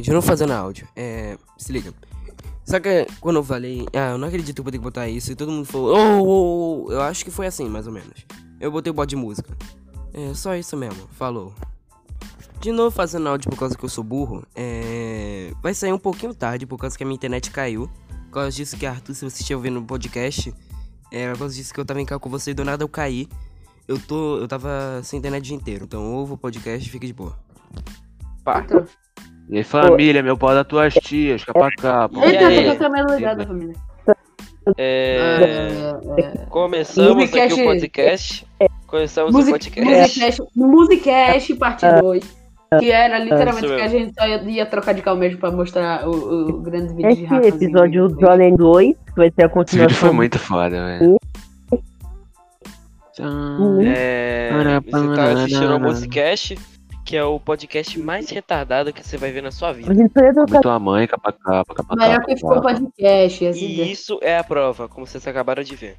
de novo fazendo áudio. É. Se liga. Só que quando eu falei, ah, eu não acredito que eu vou ter que botar isso, e todo mundo falou, oh, oh, oh", eu acho que foi assim, mais ou menos. Eu botei o bot de música. É, só isso mesmo, falou. De novo fazendo áudio por causa que eu sou burro, é. Vai sair um pouquinho tarde por causa que a minha internet caiu. Por causa disso que, Arthur, se você estiver ouvindo no podcast, é, por causa disso que eu tava em casa com você e do nada eu caí. Eu tô. Eu tava sem internet o dia inteiro, então ouve o podcast e fica de boa. Então, E aí, família, meu pau das tuas tias, capa capa. E Eita, aí? né? tô com a câmera ligada, família. Ah, é, começamos Musicast- aqui o podcast. Começamos o Music, podcast. Musicast, Musicast parte É. 2. Que era literalmente Isso que a mesmo. gente só ia, ia trocar de calma mesmo pra mostrar o, o grande vídeo Esse de Rafa. episódio do Alien 2, que vai ser a Esse vídeo foi continuação muito foda, velho. do um. É, você tá assistindo ao Musicast, que é o podcast mais retardado que você vai ver na sua A vida. gente só ia Come trocar tua mãe, capa capa, capa Na época é ficou o capa. podcast, as Ah, tá. E ideias. isso é a prova, como vocês acabaram de ver.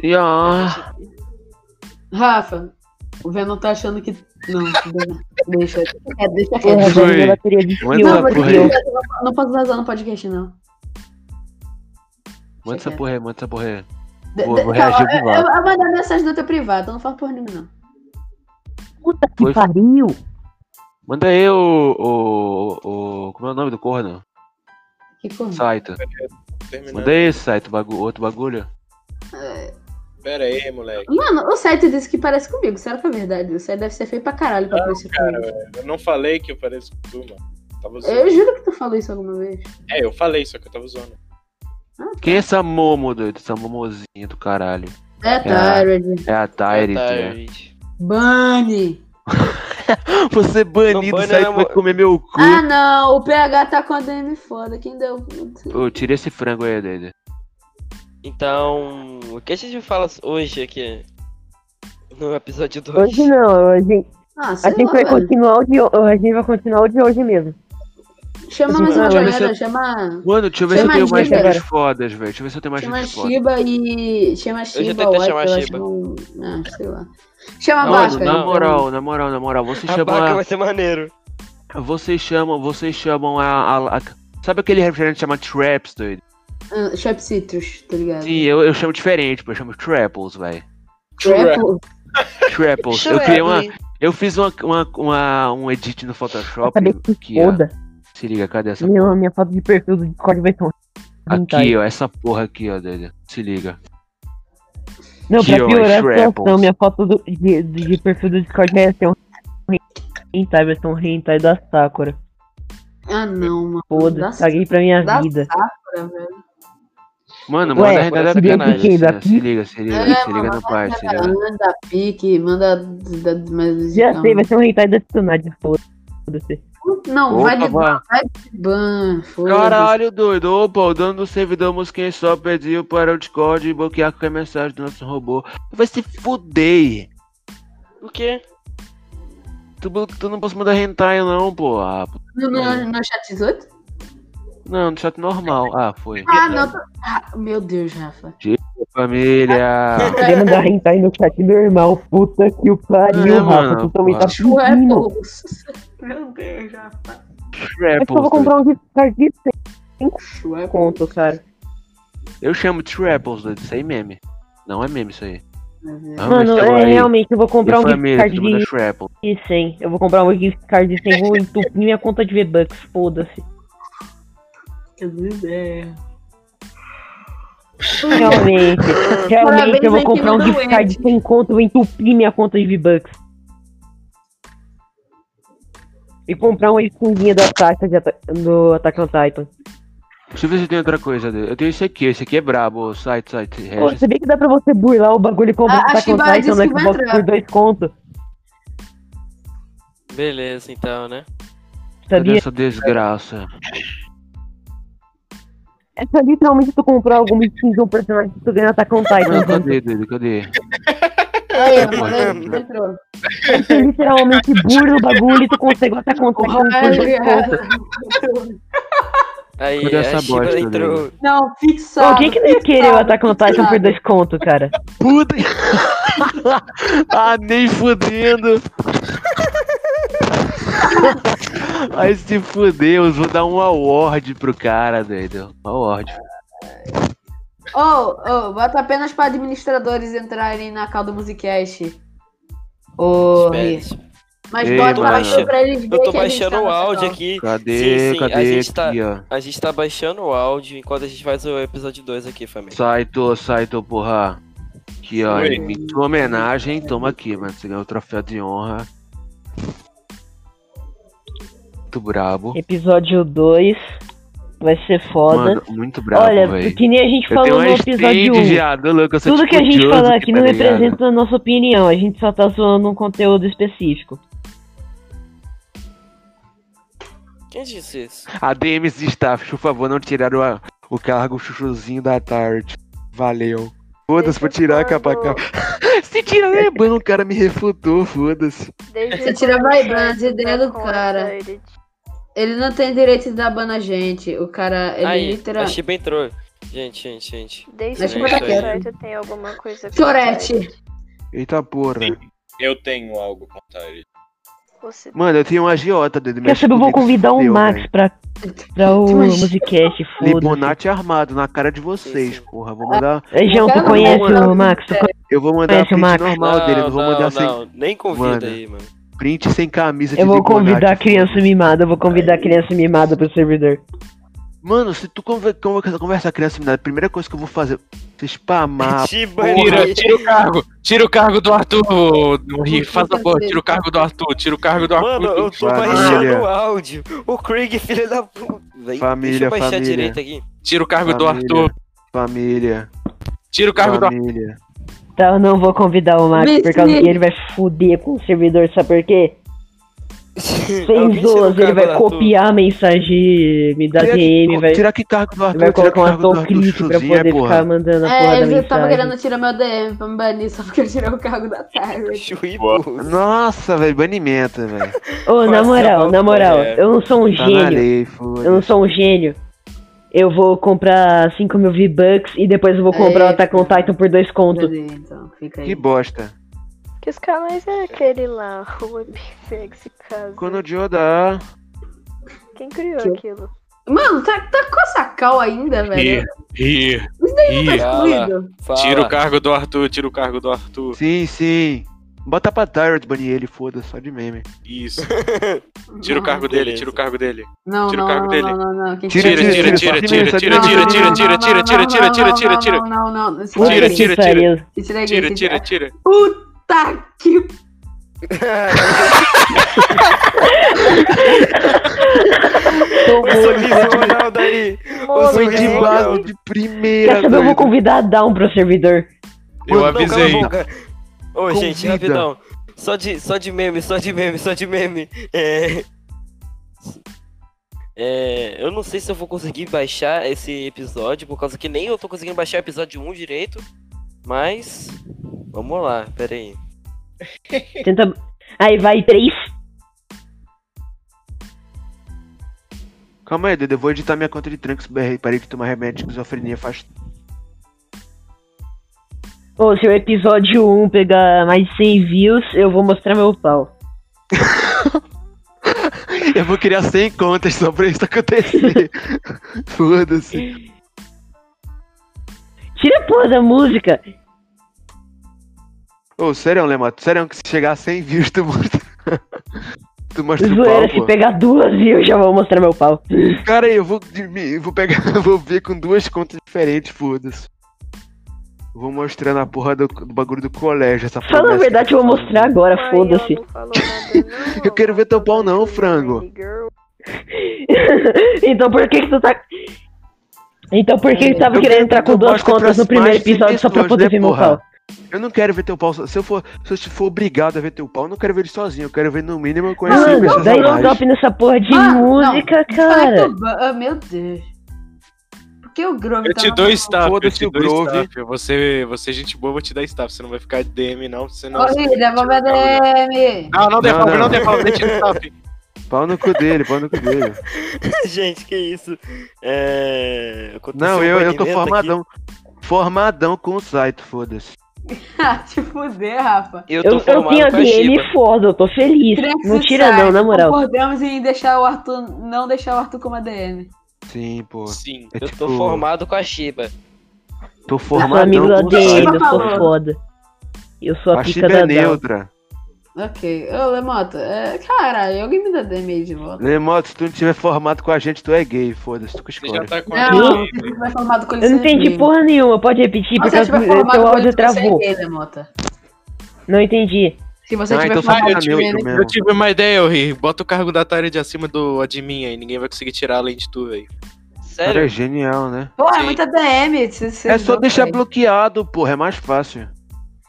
E ó, Rafa, o Venom tá achando que. Não, deixa. É, deixa porra, quieto. Foi. velho, minha né? bateria de Manda Não, essa mas porra eu aí. não- não posso vazar no podcast, não. Manda essa porra aí, manda essa porra aí. De- Vou- de- vou reagir não, pro eu, lado. eu, eu mandar mensagem do teu privado, eu não falo porra nenhuma, não. puta Foi- que pariu. Manda aí o, o, o. Como é o nome do corno? Que corno. Saito. Terminando. Manda aí, Saito, bagu outro bagulho. Pera aí, moleque. Mano, o site disse que parece comigo. Será que é verdade? O site deve ser feio pra caralho pra parecer comigo. Eu não falei que eu pareço com tu, mano. Tava Eu zoando. juro que tu falou isso alguma vez. Ah, tá. É, eu falei, só que eu tava zoando. Quem é essa Momo, doido? Essa Momozinha do caralho. É, Tyrod. É a Tyrese. né? Tyrese. Bunny. Você é Não banido, bane a Saito, namor- vai comer meu cu. Ah, não. O PH tá com a DM foda. Quem deu? Ô, tira esse frango aí, doido. Então, o que a gente fala hoje aqui? No episódio 2. Hoje não, hoje, Ah, a sei gente lá, vai velho. continuar o de, ho- a gente vai continuar o de hoje mesmo. Chama mais uma Mano, galera. você- Chama... Mano, deixa eu ver se eu Chama tenho mais Shiba. vídeos fodas, velho. Deixa eu ver se eu tenho mais Chama vídeos fodas. Shiba e... Chama Shiba. tentei White, chamar eu acho Shiba. que não- Ah, sei lá. Chama Não, Baca. mano, na moral, na moral, na moral, vocês A chamam vaca a, vai ser maneiro. vocês chamam, vocês chamam a, a- a- sabe aquele refrigerante que chama Traps, doido? Ah, Shop Citrus, tá É ligado? Sim, eu, eu chamo diferente, pô, eu chamo Traples, velho. Apple. Traples. eu criei uma, eu fiz uma, uma, uma- um edit no Photoshop Acabei que que ó, foda. se liga, cadê essa Meu, a minha foto de perfil do Discord vai ser um Aqui, ó, essa porra aqui, ó, doido. Se liga. Não, aqui, ó, pra piorar a Shraples. situação, minha foto do, de, de perfil do Discord vai ser um hentai, vai ser um hentai da Sakura. Ah, não, mano. Foda-se, tá caguei pra minha da vida. Sakura, velho. Mano, Ué, manda a realidade se liga sacanagem, aqui, assim, ó, daqui. se liga, se liga, É, se liga mano, na parte, né? se liga. Manda pique, manda. Da, da, mas, Já não. sei, vai ser um hentai da Tsunade, foda-se. Não, vai Opa, de vai. ban, foda-se. Caralho, doido. Opa, o dono do servidor Musquinha só pediu para o Discord bloquear qualquer mensagem do nosso robô. Vai se fuder. O quê? Tu, blo- tu não posso mandar hentai, não, pô. Ah, pô. No, no, no é chat 18? não, no chat normal. Ah, foi. Ah, não. tô- Ah, meu Deus, Rafa. É, Família. Queria mandar hentai no chat normal, puta que o pariu, É, Rafa, mano, tu também tá O pedindo. Apple. Meu Deus, Rafa. Acho que eu vou Trapples. comprar um Discord de 100 O Apple. conto, cara. Eu chamo Trapples, doido. Isso aí é meme. Não é meme isso aí. Não, Mano, mas tá é, aí. realmente, eu vou E comprar um família, é gift tu manda card Trapples. de 100. Eu vou comprar um gift card de 100, vou entupir minha conta de V-Bucks, foda-se. Que ideia. Realmente, realmente, eu Parabéns, vou hein, comprar um que gift card de 100 conto, vou entupir minha conta de V-Bucks. E comprar uma escondinha da taxa de ata- do Attack on Titan. Deixa eu ver se tem outra coisa, doido. Eu tenho esse aqui. Esse aqui é brabo. o Site, site. Pô, Regis. você vê que dá pra você burlar o bagulho e comprar Ah, o acho Attack on que Titan vai- disse no que vai Xbox entrar. por dois contos, Beleza, então, né? Cadê sabia? essa desgraça? É só literalmente tu comprar alguma skin de um personagem que tu ganha no Attack on Mano, Titan. cadê, doido? Cadê? Aí, eu falei, não entrou. Você literalmente burla o bagulho e tu consegue até contar com Ai, coisa. Rafa. Aí, Cadê a essa Shiba bosta, entrou. Não, Pô, fixado. quem que não ia querer o fixado, Attack on Titan por fixado. dois conto, cara? Puta! ah, nem fudendo! Ai, se fudeu, vou dar um award pro cara, doido. Um Award. Oh, oh, bota apenas pra administradores entrarem na calda Musicast. Ô, Ri. Espera. Mas Ei, bota mano. baixinho pra eles verem Eu tô que a gente tá baixando o nessa áudio calda. aqui. Cadê? Sim, sim, cadê? a gente tá- aqui, ó? A gente tá baixando o áudio enquanto a gente faz o episódio 2 aqui, família. Sai, tô, sai, tô, porra. Aqui, ó. Oi. Em tua homenagem, toma aqui, mano. Você ganhou o troféu de honra. Muito brabo. Episódio 2 vai ser foda. Mano, muito brabo, Olha, velho. que nem a gente Eu tenho um falou uma no episódio 1. stage já, do louco, eu sou Tudo tipo que a gente Joseph, falar aqui tá não ligado? representa a nossa opinião, a gente só tá zoando um conteúdo específico. Quem disse isso? A DMs de staff, por favor, não tiraram a- o cargo chuchuzinho da tarde. Valeu. Foda-se, vou tirar capa capa. Se tira é bom, o cara me refutou, foda-se. Desde Você tira quando a eu vibrança, saí ideia da do conta, cara. ele Ele não tem direito de dar ban na gente. O cara, ele Aí, a literalmente. Shiba entrou. Gente, gente, gente. Desde Mas que o como é que é? site tem alguma coisa com Tourette! Eita porra. Eu tenho algo contra ele. o site. Mano, eu tenho um agiota dentro do Quer saber, eu vou convidar um o né? Max pra, pra o Imagina. Musicast, foda-se. Libonate armado na cara de vocês, Sim, sim. porra. Vou mandar. Ei, João, Eu tu quero conhece mandar o um Max? Tu conhece? Eu vou mandar a Conhece o print Max? normal dele. Não vou mandar sem não, nem convida Mano. aí, mano. print sem camisa de Eu vou Libonate, convidar a criança foda-se. mimada, eu vou convidar a criança mimada pro servidor. Mano, se tu conver- conver- conversar com a criança, a primeira coisa que eu vou fazer. Você spamar. Te Tira, banir. tira o cargo, tira o cargo do Arthur, ô, ô, Rick, Não faz a precisa porra, dele. tira o cargo do Arthur, tira o cargo do Arthur. Mano, eu tô Família. baixando o áudio. O Craig, filho da puta. Véi, Deixa Família, eu baixar família. direito aqui. Tira o cargo do Família. Arthur, Família. tira o cargo do Arthur. Família. Tá, eu não vou convidar o Max, Miss por causa que Lee. ele vai fuder com o servidor, sabe por quê? Alguém Sem tira o zoas, ele cargo vai da Arthur. copiar a mensagem, me dar Tira que- DM, vai, Tirar que cargo do Arthur, vai tirar que colocar um cargo do ator Arthur, é clique pra chuchuzinho, poder ficar mandando a porra É, da ele mensagem. tava querendo tirar meu DM pra me banir, só porque eu tirei o cargo da Tyler. Chuipo. Nossa, velho, banimento, velho. Ô, na Parece moral, uma na moral, mulher. eu não sou um Tá na gênio. lei, Eu não foda-se. sou um gênio. Eu vou comprar 5 mil V-Bucks e depois eu vou É. comprar o Eita. Attack on Titan por dois conto. Cadê, Então, fica aí. Que bosta. Que os canais é aquele lá, o Epifé que se casa. Quando o Jodá. Quem criou Que- aquilo? Mano, tá, tá com essa cal ainda, velho? Ih, ih, Tá ih, excluído. tira o cargo do Arthur, tira o cargo do Arthur. Sim, sim. Bota pra Tyrant banir ele, foda-se, só de meme. Isso, tira o cargo dele, tira o cargo dele. Não, Tira o não, cargo não, dele. não, não, não. Quem Tira, tirou? tira, tira, tira, tira, tira, tira, tira, tira, tira, tira, tira, tira, tira, tira. Não, não, não, não. Puta Tira, que tira, tira. pariu. Isso daí, Tira, isso tira, daí. tira. Puta que Tô é O muito- sorriso Ronaldo aí. Foi Sim, de sim. base de Quer primeira, saber, eu vou doido. convidar a Down pro servidor. Eu Não, cala a avisei. boca. Ô, gente, Convida. rapidão. Só de, só de meme, só de meme, só de meme. É... É, eu não sei se eu vou conseguir baixar esse episódio, por causa que nem eu tô conseguindo baixar o episódio 1 direito. Mas. Vamos lá, pera aí. Tenta... Aí vai três. Calma aí, Dudu, eu vou editar minha conta de Trunks BR. Parei de tomar remédio de esquizofrenia faz. Ô, se o episódio 1 pegar mais de 100 views, eu vou mostrar meu pau. Eu vou criar 100 contas só pra isso acontecer. foda-se. Tira a porra da música. Ô, sério, Lemato, sério que se chegar a 100 views, tu mostra. tu mostra o Zoeira, se pau, pô. pegar duas views, já vou mostrar meu pau. Cara, eu vou, de- me- eu vou pegar, eu vou ver com duas contas diferentes, foda-se. Vou mostrar na porra do, do bagulho do colégio essa porra Fala a dessa- verdade, eu vou mostrar agora, Ai, foda-se. ela não falou nada, não, Eu quero ver teu pau não, frango. Girl. então por que que tu tá... Então por que que tu tava Eu querendo quero entrar que com tu duas mostre contas pras no primeiro mais de episódio só pra pessoas, poder né, ver meu porra? pau? Eu não quero ver teu pau. so- Se eu for, se eu for obrigado a ver teu pau, eu não quero ver ele sozinho. Eu quero ver no mínimo com essas Mano, pessoas a daí não mais. stop nessa porra de Ah, não. música, Cara. cara. Ah, meu Deus. Por que o Grove Eu tá te na- dou staff, eu Foda-se te o dou Grove. staff. Você, você é gente boa, eu vou te dar staff. Você não vai ficar de DM, não, senão... Ô, você Ri, vai devolve a tirar o cargo dela. DM. Não, não devolve, Não, não não. devolve, deixa no staff. Pau no cu dele, pau no cu dele. gente, que isso? É... aconteceu Não, um eu, eu tô banimento aqui. formadão. Formadão com o site, foda-se. Ah, Te fuder, Rafa. Eu Eu, tô eu formado tenho com a DN Shiba. e foda, eu tô feliz. Não tira não, na moral. Concordamos em deixar o Arthur, não deixar o Arthur como ADN. Sim, pô. Sim. É Eu tipo, tô formado com a Shiba. Tô Eu sou formado amigo da não, com ADN, Shiba. eu sou Falou. foda. Eu sou a A pica Shiba da Down. é neutra. Ok. Ô, Lemota, é, caralho, alguém me dá DM aí de volta. Lemoto, se tu não tiver formado com a gente, tu é gay, fodasse, tu que Você já escolhe. tá com Não, você vai formado com Ah, Eu não entendi porra nenhuma, pode repetir, Se porque você eu- tiver eu- formado seu com áudio ele, você é travou. gay, Lemota. Não entendi. Se você Ah, tiver então formado fala com é ele, neutro mesmo. Eu tive uma ideia, eu ri. Bota o cargo da Tyrande acima do admin aí. Ninguém vai conseguir tirar além de tu, velho. Cara, é Sério? genial, né? Porra, é Sim. muita DM. se- se- É só não, deixar velho. bloqueado, porra, é mais fácil.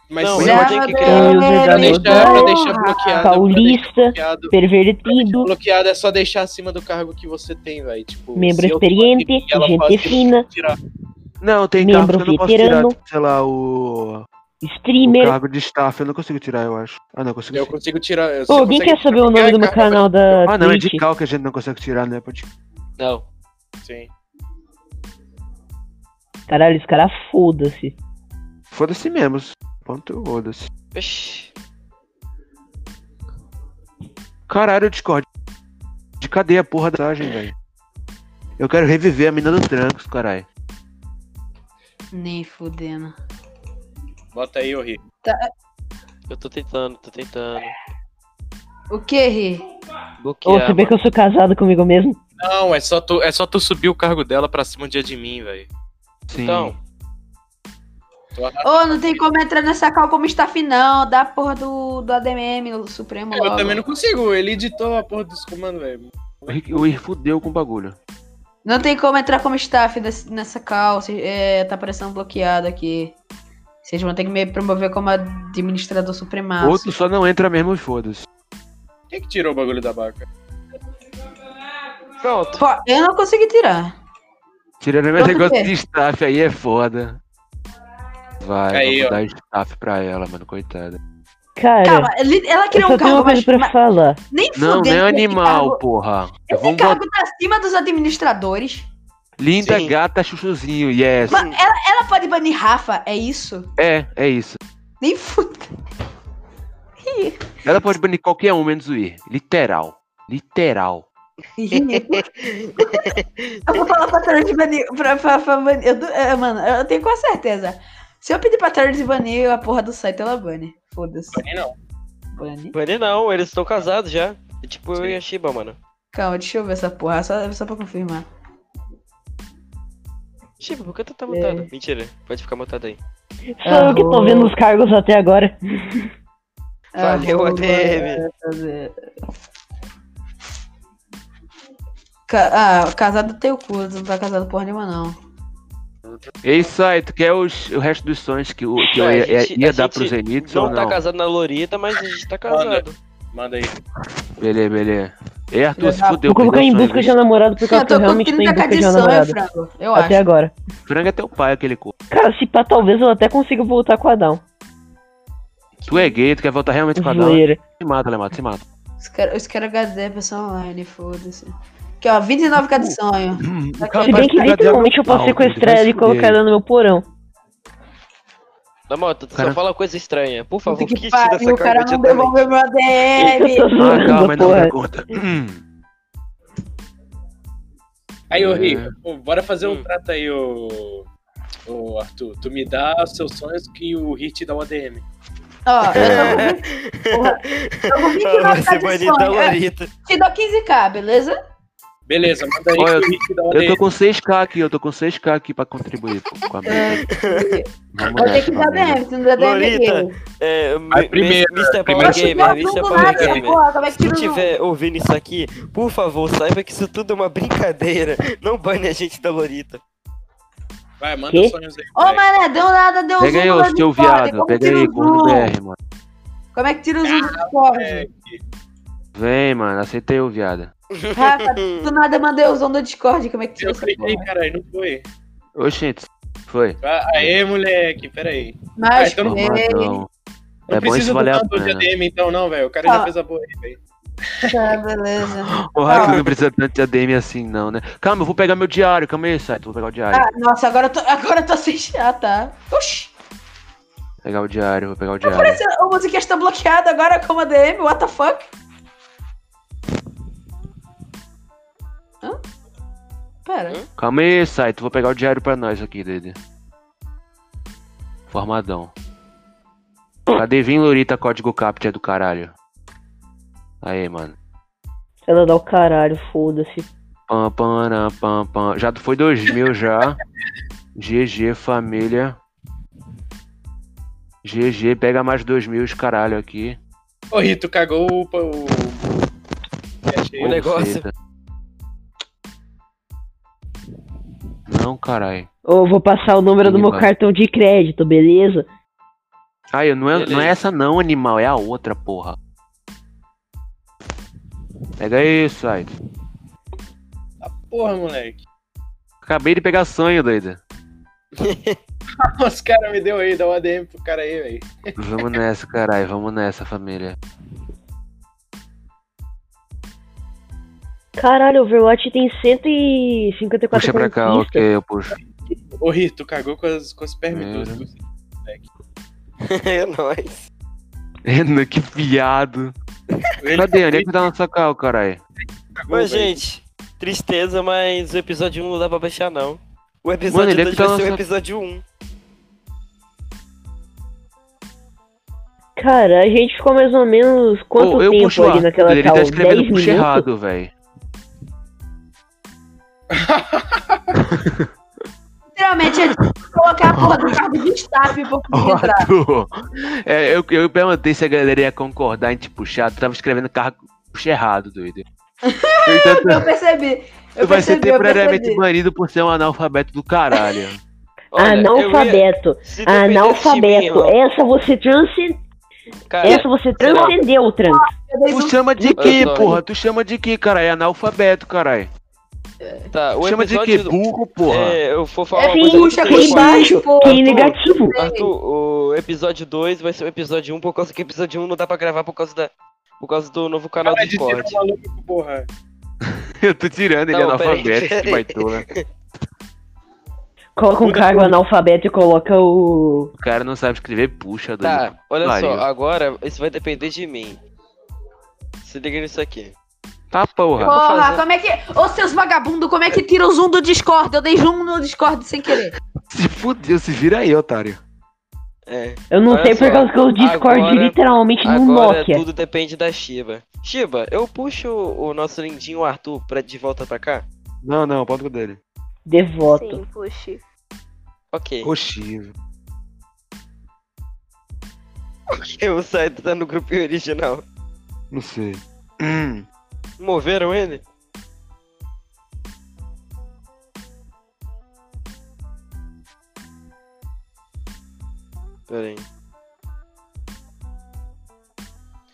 Mas Não, sim, eu pra vou deixar- ter que Nada, criar. Eu já pra dei velho, deixar, pra porra. deixar bloqueado. Pra Paulista, deixar bloqueado. pervertido, Bloqueado é só deixar acima do cargo que você tem, velho. Tipo, membro se eu experiente, conseguir, ela gente faz- fina. tirar. Não, tem Membro cargo que eu não posso tirar, veterano. tipo, sei lá, o... o streamer. cargo de staff, eu não consigo tirar, eu acho. Ah, não, consigo Eu sim. consigo tirar. você Ô, alguém consegue quer saber o nome tirar do meu cargo, canal da Ah, não, é de Twitch? cal que a gente não consegue tirar, né? Pode... Não. velho. Sim. Caralho, os caras foda-se. Foda-se mesmo. Ponto, foda-se. Oxi. Caralho, Discord. De cadê a porra da mensagem, velho? Eu quero reviver a mina do Trancos, caralho. Nem fudendo. Bota aí, eu ri. Eu tô tentando, tô tentando. O que, Ri? Ô, Bloquear. saber que eu sou casado comigo mesmo? Não, é só, tu, é só tu subir o cargo dela pra cima um de admin, velho. Sim. Então, Ô, não tem como entrar nessa cal como staff, não. Da porra do, do ADM, do É, Supremo Eu Ah. logo. também não consigo. Ele editou a porra dos comandos, velho. O Rick- O Ir fudeu com o bagulho. Não tem como entrar como staff desse- nessa cal. se- É, tá aparecendo bloqueado aqui. Vocês vão ter que me promover como administrador supremaço. Outro só não entra mesmo e foda-se. Quem é que tirou o bagulho da vaca? pronto. Pô, eu não consegui tirar. Tirando meu Por negócio quê? de staff aí é foda. Vai, Aí, vou ó. dar staff pra ela, mano, coitada. Cara, Calma, ele- ela eu criou só um tenho cargo, uma mas, coisa pra mas falar. nem Não, fudendo nem que esse animal, cargo- porra. Esse Vamos cargo botar. tá acima dos administradores. Linda, Sim. gata, chuchuzinho, yes. Mas ela, ela pode banir Rafa, é isso? É, é isso. Nem fudendo. Ela pode banir qualquer um, menos o Ir. Literal. Literal. eu vou falar pra Tarot banir. Pra, pra, pra banir. Eu, du- é, mano, eu tenho com certeza. Se eu pedir pra Tarot banir a porra do site, ela bane. Foda-se. Bane não. Bane. Ele não, eles estão casados já. É tipo eu e a Shiba, mano. Calma, deixa eu ver essa porra, só, só pra confirmar. Shiba, por que tu tá mutado? Mentira, pode ficar mutado aí. Só eu que tô vendo os cargos até agora. Ah, Valeu, ADM. Ca ah, casado tem o cu, não tá casado porra nenhuma, não. É isso aí, tu quer os, o resto dos sonhos que, o- que eu Não, a ia, gente- ia a dar gente pro Zenith ou Não tá não? casado na Lorita, mas a gente tá Olha. casado. Manda aí. beleza, beleza. Ei, Arthur, se Vou fudeu. É, Vou colocar perdeu em o sonho, busca de um bicho. namorado porque eu eu tô com realmente tô em 30 busca k de de um sonho, namorado. frango. Eu Até acho. agora. Frango é teu pai, aquele cu. Cara, se pá, talvez eu até consiga voltar com a Down. Tu é gay, tu quer voltar realmente com a Dona? Zoeira. Se mata, Lemato, se mata. Os caras os cara HD, pessoal online, foda-se. Aqui, ó, 29k Uh, de sonho. Cara, Se bem que vai pegar literalmente eu diagonal, posso sequestrar Ah, vai ela e se colocar fuder. ela no meu porão. Na moto, tu Cara- só fala coisa estranha. Por favor, Puta que que tira essa pariu, o cara carga de não também. devolveu meu Eu ADM. tô Ah, zoando, calma, não porra. dá conta. Aí, ô Ri, É. ô, bora fazer um Hum. trato aí, ô. Ô, Arthur. Tu me dá os seus sonhos que o Ri um te dá o ADM. Ó, É. eu tô com 29k de então, sonho. É, Lorita. Te dou 15k, beleza? Beleza, manda aí Olha, que o Ri um te dá o Eu ADM. tô com 6k aqui, eu tô com 6k aqui pra contribuir pô, com a É. mesa. Vamos Vou ter que dar família. DM, se não der DM é Lorita, gay. É, Vai primeiro, Mr. Power primeiro. Gamer, Não, Mr. tudo Power nada, essa Gamer. porra, como é que Se tira o- tiver ouvindo isso aqui, por favor, saiba que isso tudo é uma brincadeira. Não bane a gente da Lorita. Vai, manda Quê? os sonhos aí. Ô, vai. mané, É, deu nada, deu Pega aí, zoom ô no seu Discord, viado. como é Pega tira o aí, né? corno zoom? BR, mano. Como é que tira o zoom do Discord? É, Vem, mano, aceitei o viado. Rafa, do nada eu mandei o zoom do Discord, como é que tira eu essa cliquei, porra? caralho, não foi. Oxente, foi. Ah, Aê, moleque, peraí. Ah, Mas, então não- é, Não, Não É bom precisa isso do valer a tanto de pena. ADM, então, não, velho. O cara Ah. já fez a boa aí, velho. tá, beleza. Porra, que Ah. não precisa tanto de ADM assim, não, né? Calma, eu vou pegar meu diário. Calma aí, site, vou pegar o diário. Ah, nossa, agora eu tô, agora eu tô sem. Ah, tá. Oxi! Pegar o diário, vou pegar o diário. Apareceu, o Musicast tá bloqueado agora como ADM, what the fuck? Hã? Pera. Hã? Calma aí, Saito. Vou pegar o diário pra nós aqui, Dede. Formadão. Cadê Vim Lorita código CAPTCHA do caralho? Aí, mano. Ela dá o caralho, foda-se. Pam, pam, pam, pam. Já foi 2000 já. GG, família. GG, pega mais 2000 os caralho aqui. Ô, Rito, cagou o. o... o cast aí. O negócio. Caceta. Não, caralho. Eu vou passar o número do meu Ih, vai. cartão de crédito, beleza? Ah, eu não, é, não Beleza. é essa não, animal, é a outra, porra. Pega isso, Saito. Porra, moleque. Acabei de pegar sonho, doida. Os caras me deu aí, dá um ADM pro cara aí, velho. Vamos nessa, caralho. Vamos nessa, família. Caralho, Overwatch tem 154 Puxa pra cá, conquistas. ok, eu puxo. Ô, Rito, cagou com as, com as permitas. Merda. é nóis. Renan, que viado. Ele Cadê? Onde é que tá nossa cal, caralho? cagou, Mas, velho. gente, tristeza, mas o episódio 1 não dá pra baixar, não. O episódio ele é 2 que tá vai ser o lançando- episódio 1. Cara, a gente ficou mais ou menos quanto Ô, eu tempo puxo ali A. naquela Ele cal? tá escrevendo 10 puxa minutos? errado, velho. Literalmente, eu tive que colocar a porra do cargo de staff pra Ô, poder entrar. Arthur. É, eu, eu perguntei se a galera ia concordar em te puxar. Tu tava escrevendo carro puxa errado, doido. Então, tu- Eu percebi. Eu tu vai percebi, ser eu percebi. temporariamente banido por ser um analfabeto do caralho. Olha, Ah, Analfabeto. Ah, eu ia- se dependesse de mim, Analfabeto. irmão, Essa você transcendeu. cara, Essa você será? transcendeu, Trans. Eu dei Tu um- chama de Eu quê, tô- porra? Tu chama de quê, caralho? É analfabeto, caralho. tá, Tu o chama de episódio quê? do- Burro, porra. É, eu vou falar É uma coisa muito puxa, Tipo, Quem puxa triste. baixo, pô. quem Arthur. negativo. Arthur, o episódio 2 vai ser o episódio 1 por causa que o episódio 1 não dá pra gravar por causa da por causa do novo canal Para do de tirar Discord. o maluco, porra. Eu tô tirando, ele é Não, peraí, analfabeto, que peraí. baitola. Coloca um é Muda cargo tudo. analfabeto e coloca o. O cara não sabe escrever, puxa, doido. Tá, olha só, Pariu. agora isso vai depender de mim. Se liga nisso aqui. Tá, porra. Pô. vou Porra, fazer- como é que. Ô, seus vagabundos, como é que tira o zoom do Discord? Eu dei zoom no Discord sem querer. Se fudeu, se vira aí, otário. É. Eu não Olha sei só, por causa que o Discord agora- literalmente no Tipo Agora é Nokia. tudo depende da Shiba. Shiba, eu puxo o nosso lindinho Arthur pra, de volta pra cá? Não, não, pode com o dele. Devoto. Sim, puxe. Ok. Oxi. Eu saí tá no grupo original. Não sei. Hum. Moveram ele? Pera aí.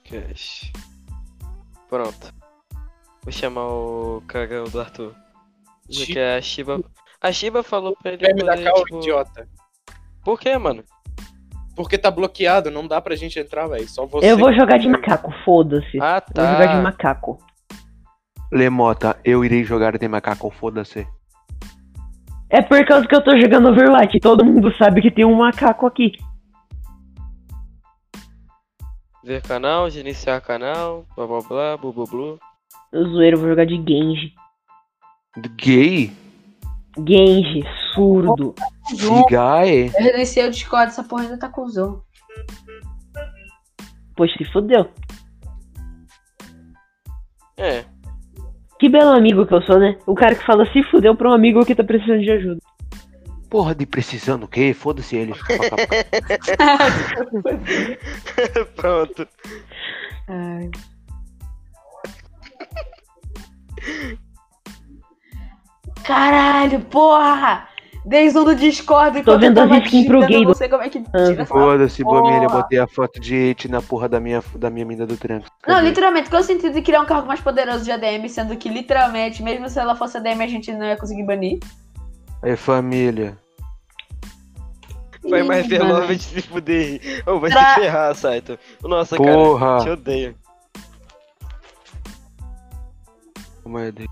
Cash. Pronto. Vou chamar o cagão do Arthur. Já Shiba. que a Shiba. A Shiba falou pra ele. Prêmio da poder, Cal, tipo, idiota. Por que, mano? Porque tá bloqueado, não dá pra gente entrar, velho. Só você. Eu vou jogar de macaco, foda-se. Ah, Vou jogar de tá. macaco. Lemota, eu irei jogar até macaco, foda-se. É por causa que eu tô jogando Overwatch. Todo mundo sabe que tem um macaco aqui. Ver canal, gerenciar canal, blá blá blá, blu blu blu. Eu zoeiro, vou jogar de Genji. Gay? Genji, surdo. Cigae? Eu redenciei o Discord, essa porra ainda tá com zoom. Poxa, se fodeu. É. Que belo amigo que eu sou, né? O cara que fala se fudeu pra um amigo que tá precisando de ajuda. Porra de precisando o quê? Foda-se ele. Pronto. Ai. Caralho, porra! Dei zoom no Discord enquanto vendo eu tava as skins pro digitando, eu Gable. Não sei como é que tira essa Foda-se, Porra. Bomilha, eu botei a foto de It na porra da minha, da minha mina do tranco. Não, literalmente, qual o sentido de criar um cargo mais poderoso de ADM, sendo que literalmente, mesmo se ela fosse ADM, a gente não ia conseguir banir? Aí, família. Vai mais Ih, ver mano. logo de se fuder. Ou vai Tra- se ferrar, Saito. Nossa, cara, Porra. te odeio. Como é, Deus?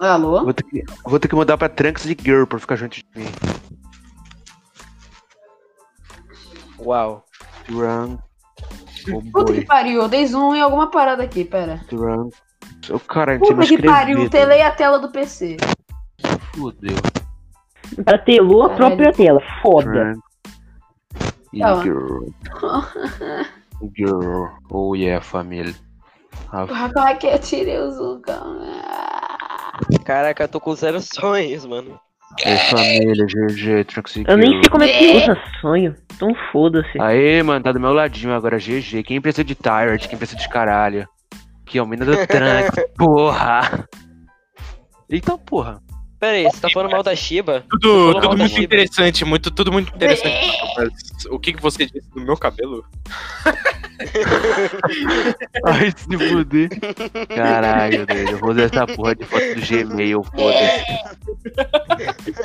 Alô? Vou ter, que, vou ter que mudar pra Trunks de Girl pra ficar junto de mim. Uau. Drunk. O Puta que boi. pariu, eu dei zoom em alguma parada aqui, pera. Drunk. O cara, você não Puta que escreveu. pariu, telei a tela do PC. Fudeu. Ela telou a própria tela. Foda. Drunk. E Tá lá. girl. Girl. Oh yeah, família. Ah, Rapaz, é que eu tirei o zoom, calma. Caraca, eu tô com zero sonhos, mano. é família, GG, Truxy Eu nem Girl. sei como é que usa sonho. Então foda-se. Aê, mano, tá do meu ladinho agora, GG. Quem precisa de Tyrant? Quem precisa de caralho? Que é o mina do tranque, porra. Então, porra. Pera aí, você tá falando mal da Shiba? Tudo, Falou tudo mal da muito Shiba. interessante, muito, tudo muito interessante. Mas o que, que você disse do meu cabelo? Ai, se fuder. Caralho, velho. Eu vou usar essa porra de foto do Gmail, foda-se.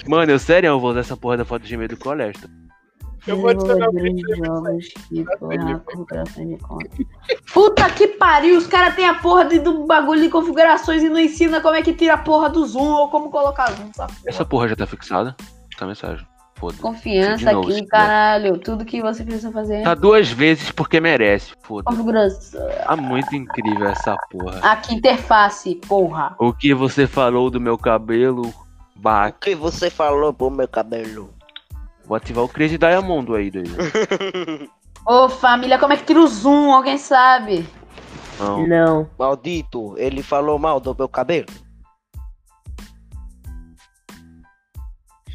Mano, eu sério, eu vou usar essa porra da foto do Gmail do colégio. tá? Eu vou adicionar Jogadores um Tá vídeo jogos que foram a configuração de conta. Puta que pariu, os caras têm a porra de- do bagulho de configurações e não ensina como é que tira a porra do zoom ou como colocar zoom, essa porra. Essa porra já tá fixada. Tá mensagem. Foda-se. Confiança De novo, né? aqui, isso, caralho. Tudo que você precisa fazer Tá é duas vezes porque merece, foda-se. configuração. Tá muito incrível essa porra. Aqui, interface, porra. O que você falou do meu cabelo, Bac. que você falou pro meu cabelo? Vou ativar o Crazy Diamond aí, doido. Ô família, como é que tira o zoom? Alguém sabe? Não. Não. Maldito, ele falou mal do meu cabelo.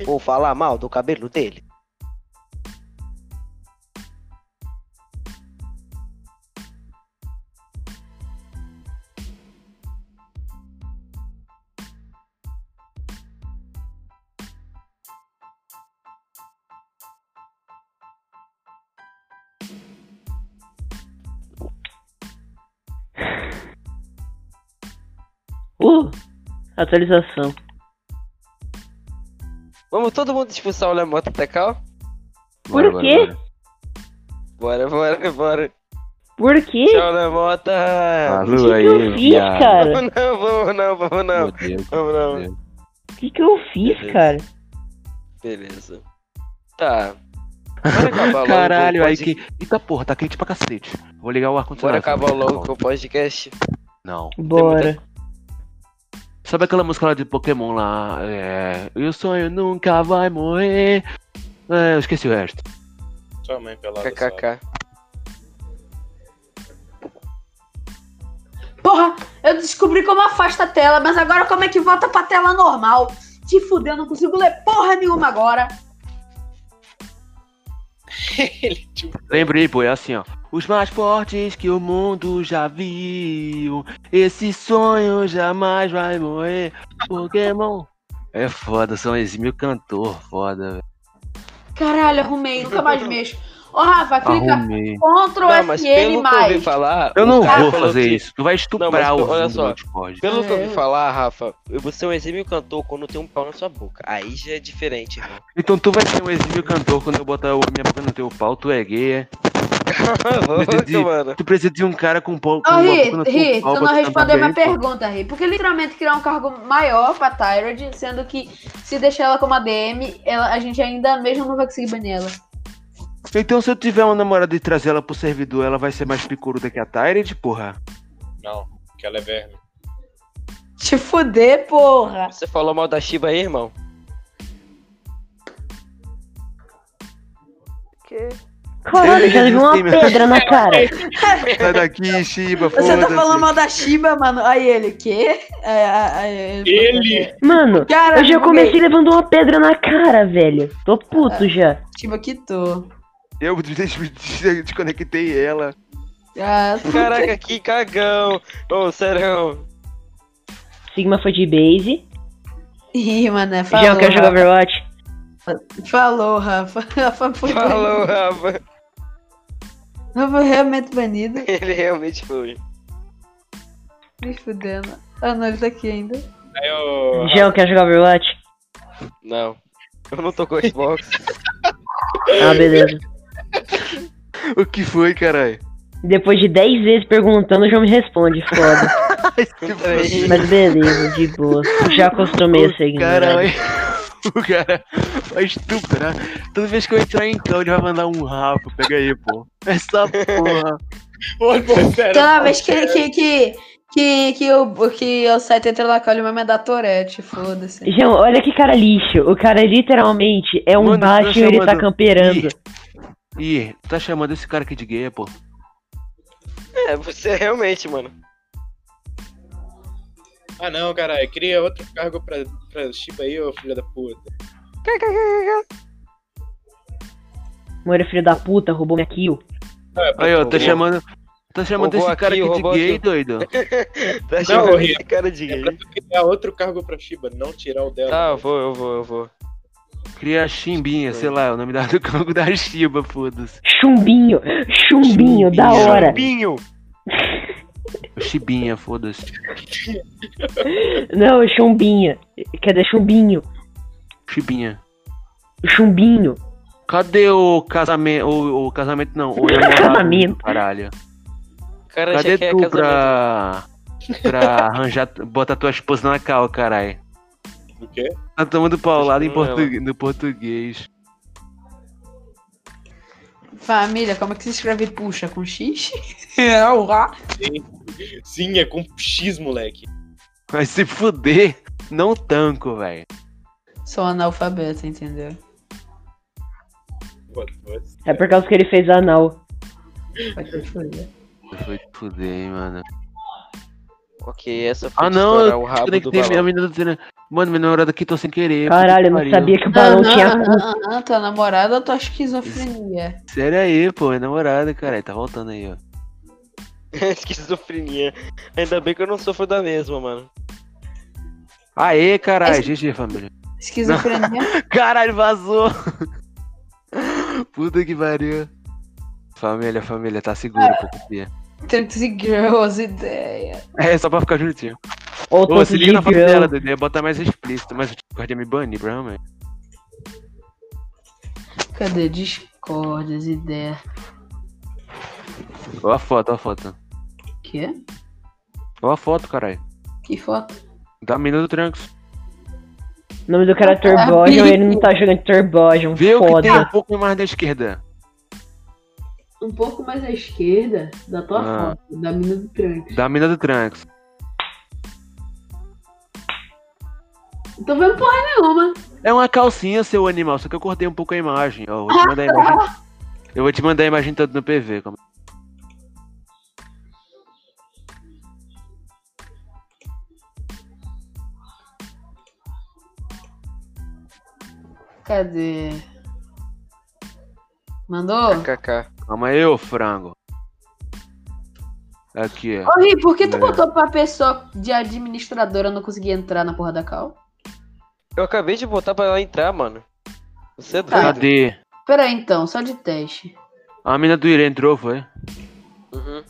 Vou falar mal do cabelo dele. Uh! Atualização. Vamos todo mundo expulsar o Lemoto Tecal? Por Bora, quê? bora, bora. Bora, bora, bora. Por quê? Tchau, Lemota! O que, Falou que aí, eu fiz, Tá viado. cara? Vamos não, vamos não, vamos não. Meu Deus. Vamos não. O que, que eu fiz, Beleza. cara? Beleza. Tá. Bora acabar logo um Caralho, o aí podcast- que. Eita porra, tá quente pra cacete. Vou ligar o Bora ar-condicionado. acabar logo com Não. o podcast. Não. Bora. Sabe aquela música lá de Pokémon lá? É. E o sonho nunca vai morrer. É, eu esqueci o resto. Sua mãe pelada. sabe? KKK. Porra, eu descobri como afasta a tela, mas agora como é que volta pra tela normal? Te fudeu, não consigo ler porra nenhuma agora. Ele tipo, Lembrei, pô, é assim, ó. Os mais fortes que o mundo já viu. Esse sonho jamais vai morrer. Pokémon. É foda, são exímio cantor, foda, velho. Caralho, arrumei, nunca mais mexo. Ô, Rafa, clica Arrumei. Ctrl Não, mas FN pelo que eu ouvi mais. falar. Eu o não cara vou falou fazer que- isso. Tu vai estuprar Não, mas, o olha olha só. do Discord. Pelo que eu É. ouvi falar, Rafa, você é um exímio cantor quando tem um pau na sua boca. Aí já é diferente, irmão. Então tu vai ser um exímio cantor quando eu botar o- minha boca no teu pau, tu é gay, é? Entendi. Louco, mano. Tu precisa de um cara com pau com Ô, uma Ri, boca no Ri, teu pau. Ah, tu pra não tu tá cantar respondeu minha bem, pô. pergunta, Ri. Porque literalmente criar um cargo maior pra Tyrod, sendo que se deixar ela como ADM, ela, a gente ainda mesmo não vai conseguir banir ela. Então se eu tiver uma namorada e trazer ela pro servidor, ela vai ser mais picuruda que a Tyrant, porra? não, que ela é verme. Te fuder, porra. Você falou mal da Shiba aí, irmão? Que... Caralho, Ele já levei uma desistiu, pedra na cara. Sai daqui, Shiba, Você tá foda-se. falando mal da Shiba, mano. Aí ele, quê? É, a- a- Ele! Mano, Cara, eu já buguei. comecei levando uma pedra na cara, velho. Tô Ah. puto já. Shiba quitou. Eu des- des- desconectei ela. Ah, Caraca, que cagão. Ô, serão. Sigma foi de base. Ih, mano, é falou. Já eu quero jogar Rafa. Overwatch. Falou, Rafa. Rafa foi banido. Falou, Rafa. Rafa foi realmente banido. Ele realmente foi. Me fudendo. Ah, não, ele tá aqui ainda. Aí eu. Já eu quero jogar Overwatch. Não. Eu não tô com Xbox. Ah, beleza. O que foi, caralho? Depois de 10 vezes perguntando, já me responde, foda. Peraí. Mas beleza, de boa. Já acostumei a seguir. Caralho. O cara vai estuprar. Toda vez que eu entrar em campo, ele vai mandar um rabo. Pega aí, pô. É Essa porra. Ô, pô, pera. Toda vez que, que, que, que, que, o, que o site entra lá com ele, vai me dar Torete, foda-se. Então, João, olha que cara lixo. O cara literalmente é um Mano, baixo e eu ele tá chamando- camperando. Ih, tá chamando esse cara aqui de gay, pô. É, você realmente, mano. Ah, não, caralho. Cria outro cargo pra, pra Shiba aí, ô filha da puta. Mano, filho da puta, roubou minha kill. Não, é pra Aí, ó, tu, tá ô. chamando. Tá chamando Roubou esse cara aqui aqui, de roubou gay, aqui. doido. Tá chamando Rian, esse cara de É gay. pra tu criar outro cargo pra Shiba, não tirar o dela. Tá, eu vou, eu vou, eu vou. Cria a Chimbinha, sei lá, é o nome da- do campo da Chiba, foda-se. Chumbinho, chumbinho, da hora. Pinho! Chibinha, foda-se. Não, chumbinha. Quer dizer, chumbinho. Chibinha. Chumbinho. Cadê o casamento? O, o casamento não, o namorado, Casamento. Caralho. O cara já Cadê quer tu casamento. pra. pra arranjar. botar tua esposa na cal, caralho. Do quê? Tá tomando paulada em Não, é ela. portu- no português. Família, como é que se escreve puxa? Com X? É, lá. Sim, é com X, moleque. Vai se fuder. Não tanco, velho. Sou analfabeta, entendeu? Pô, pô. É por causa que ele fez anal. Vai te fuder. Foi te fuder, hein, mano. Ok, essa foi Ah, de não. estourar o Eu rabo tenho que do ter minha balão. menina dizendo. Mano, minha namorada aqui tô sem querer. puta Caralho, eu que não pariu." sabia que é o Não, balão não, tinha. não, não, não, tua namorada ou tua esquizofrenia? Sério aí, pô. é Minha namorada, caralho. Tá voltando aí, ó. Esquizofrenia. Ainda bem que eu não sofro da mesma, mano. Aê, caralho. GG, família. Esquizofrenia? Caralho, vazou. Puta que pariu. Família, família, tá seguro, pô, confia. 30 girls, ideia. É, só pra ficar juntinho. Ou Ô, todo se liga na foto girão. dela, doido. ia botar mais explícito, mas o Discord ia me banir, provavelmente. Cadê? Discordas, ideia. Ó a foto, ó a foto. Quê? Ó a foto, caralho. Que foto? Da menina do Trancos. O nome do cara é Turbojon, ele não tá jogando Turbojon, Vê o que tem foda. um pouco mais da esquerda. Um pouco mais à esquerda da tua Ah. foto, da mina do trânsito. Da menina do Trancos. Não tô vendo porra nenhuma. É uma calcinha, seu animal, só que eu cortei um pouco a imagem. Ó, eu vou te mandar a imagem. Eu vou te mandar a imagem toda no PV. Como... Cadê? Mandou? KK. Calma aí, ô frango. Aqui, ó. Ô, Ri, por que tu É. botou pra pessoa de administradora não conseguir entrar na porra da cal? Eu acabei de botar pra ela entrar, mano. Você é Ah, doido. Cadê? Pera aí então, só de teste. A menina do Irã entrou, foi? Uhum.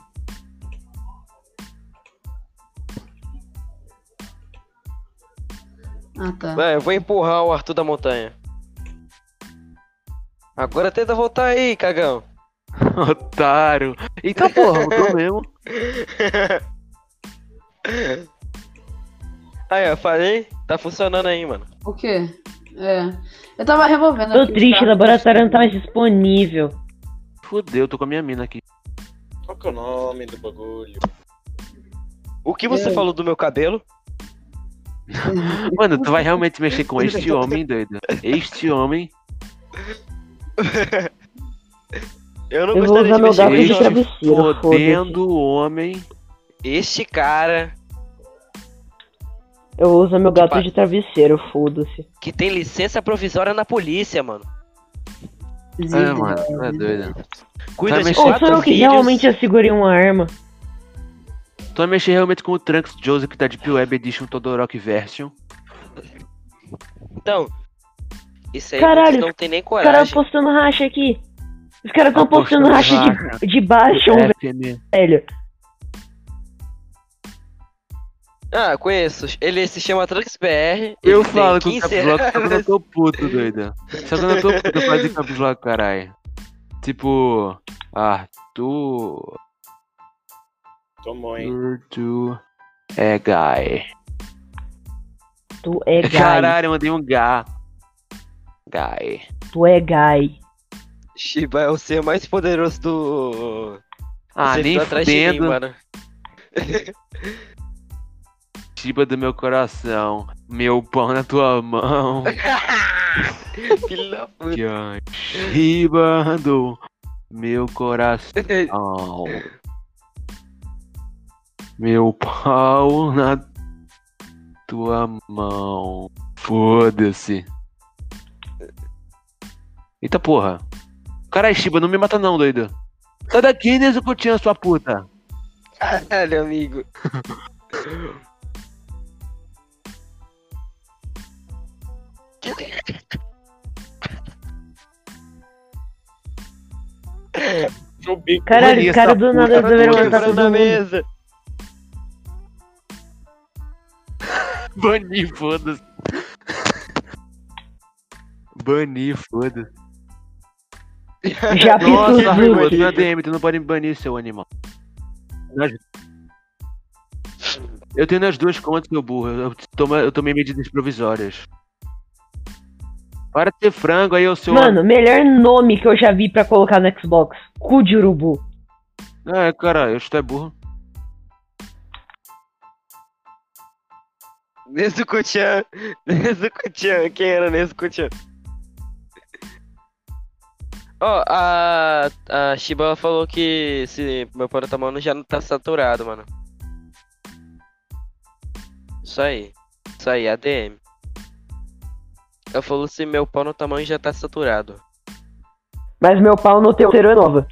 Ah, tá. Vai, eu vou empurrar o Arthur da montanha. Agora tenta voltar aí, cagão. Otário. Eita porra, mudou mesmo. Aí, eu falei, tá funcionando aí, mano. O quê? É. Eu tava revolvendo Tô aqui os triste, o carros. laboratório não tá mais disponível. Fudeu, tô com a minha mina aqui. Qual que é o nome do bagulho? O que você Ei. falou do meu cabelo? Mano, tu vai realmente mexer com este homem, doido. Este homem. Eu não Eu vou gostaria usar meu gato de mexer com de isso. gente. travesseiro, foda-se. Fodendo homem. Este cara Eu vou usar meu gato Opa. de travesseiro, foda-se. que tem licença provisória na polícia, mano. É, mano, tu é doido. Cuida Vai de mexer- Ou quatro sou eu que filhos. realmente eu segurei uma arma. Tu vai mexer realmente com o Trunks Joseph que tá de Deep Web Edition Todoroki Version. Então, isso aí Caralho, vocês não tem nem Os caras coragem. postando racha aqui. Os caras tão Tá postando postando racha racha. de, de baixo, FM. É. velho. Ah, conheço. Ele se chama TruxBR. Eu ele tem falo com o 15 Caps Lock só quando eu anos. tô puto, doida. Só quando eu tô puto, eu falo de Caps Lock, caralho. Tipo. Arthur. Tomou, hein? Arthur. É, guy. Tu é gay. é É Caralho, eu mandei um gá. Gai. Tu é gay. Shiba é o ser mais poderoso do. Ah, Você nem ficou atrás de mim, fudendo. mano. Shiba do meu coração. Meu pão na tua mão. Filho da puta. Gai. Shiba do meu coração. Meu pau na tua mão. Foda-se. Eita porra. Caralho, Shiba, não me mata não, doido. Sai daqui, Nezucutinha, sua puta. Caralho, amigo. Deixa eu ver. Caralho, Olha os caras essa do nada puta, resolveram olha matar essa tá todo mundo. mesa. Bani, foda-se. Bani, foda-se. Já Nossa, Arthur, tá pitou tu é DM, tu não pode me banir, seu animal. Nas- Eu tenho nas duas contas, meu burro. Eu, tomo- eu tomei medidas provisórias. Para de ser frango aí, eu sou. Mano, melhor nome que eu já vi pra colocar no Xbox. Cu de urubu. É, cara, eu estou é burro. Nezuko-chan. Nezuko-chan. Quem era Nezuko-chan? Ó, a, a Shiba ela falou que esse meu pano tá mano já não tá saturado, mano. Isso aí. Isso aí, ADM. Ela falou se meu pau no tamanho já tá saturado. Mas meu pau no teu é nova.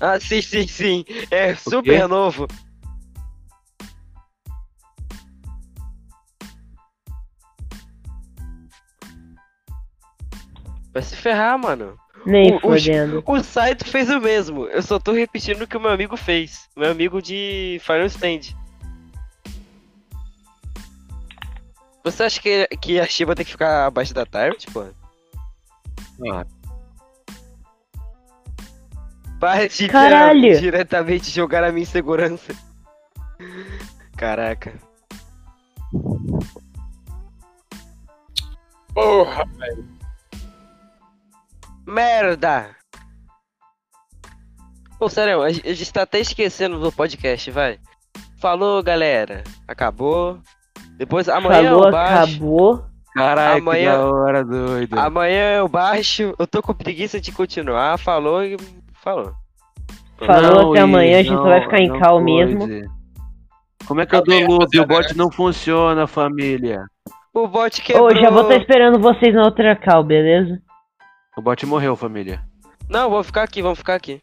Ah, sim, sim, sim. É super novo. Vai se ferrar, mano. Nem O- o- fodendo. O Saito fez o mesmo. Eu só tô repetindo o que o meu amigo fez. Meu amigo de Final Stand. Você acha que, que a Shiba tem que ficar abaixo da Tyrant, pô? Ah. Para de Caralho! dire- diretamente jogar a minha insegurança. Caraca. Porra, Merda! Pô, sério, a gente a gente tá até esquecendo do podcast, vai. Falou, galera. Acabou. Depois, amanhã Falou, eu baixo. acabou. Caralho, Amanhã- que da hora, doido. Amanhã eu baixo. Eu tô com preguiça de continuar. Falou e falou. Falou até Ian, amanhã, a gente só vai ficar em não cal pode. mesmo. Como é que eu dou Adeus, luta e o bot adeus. não funciona, família? O bot Ô, quebrou. já vou estar esperando vocês na outra cal, beleza? O bot morreu, família. Não, vou ficar aqui, vamos ficar aqui.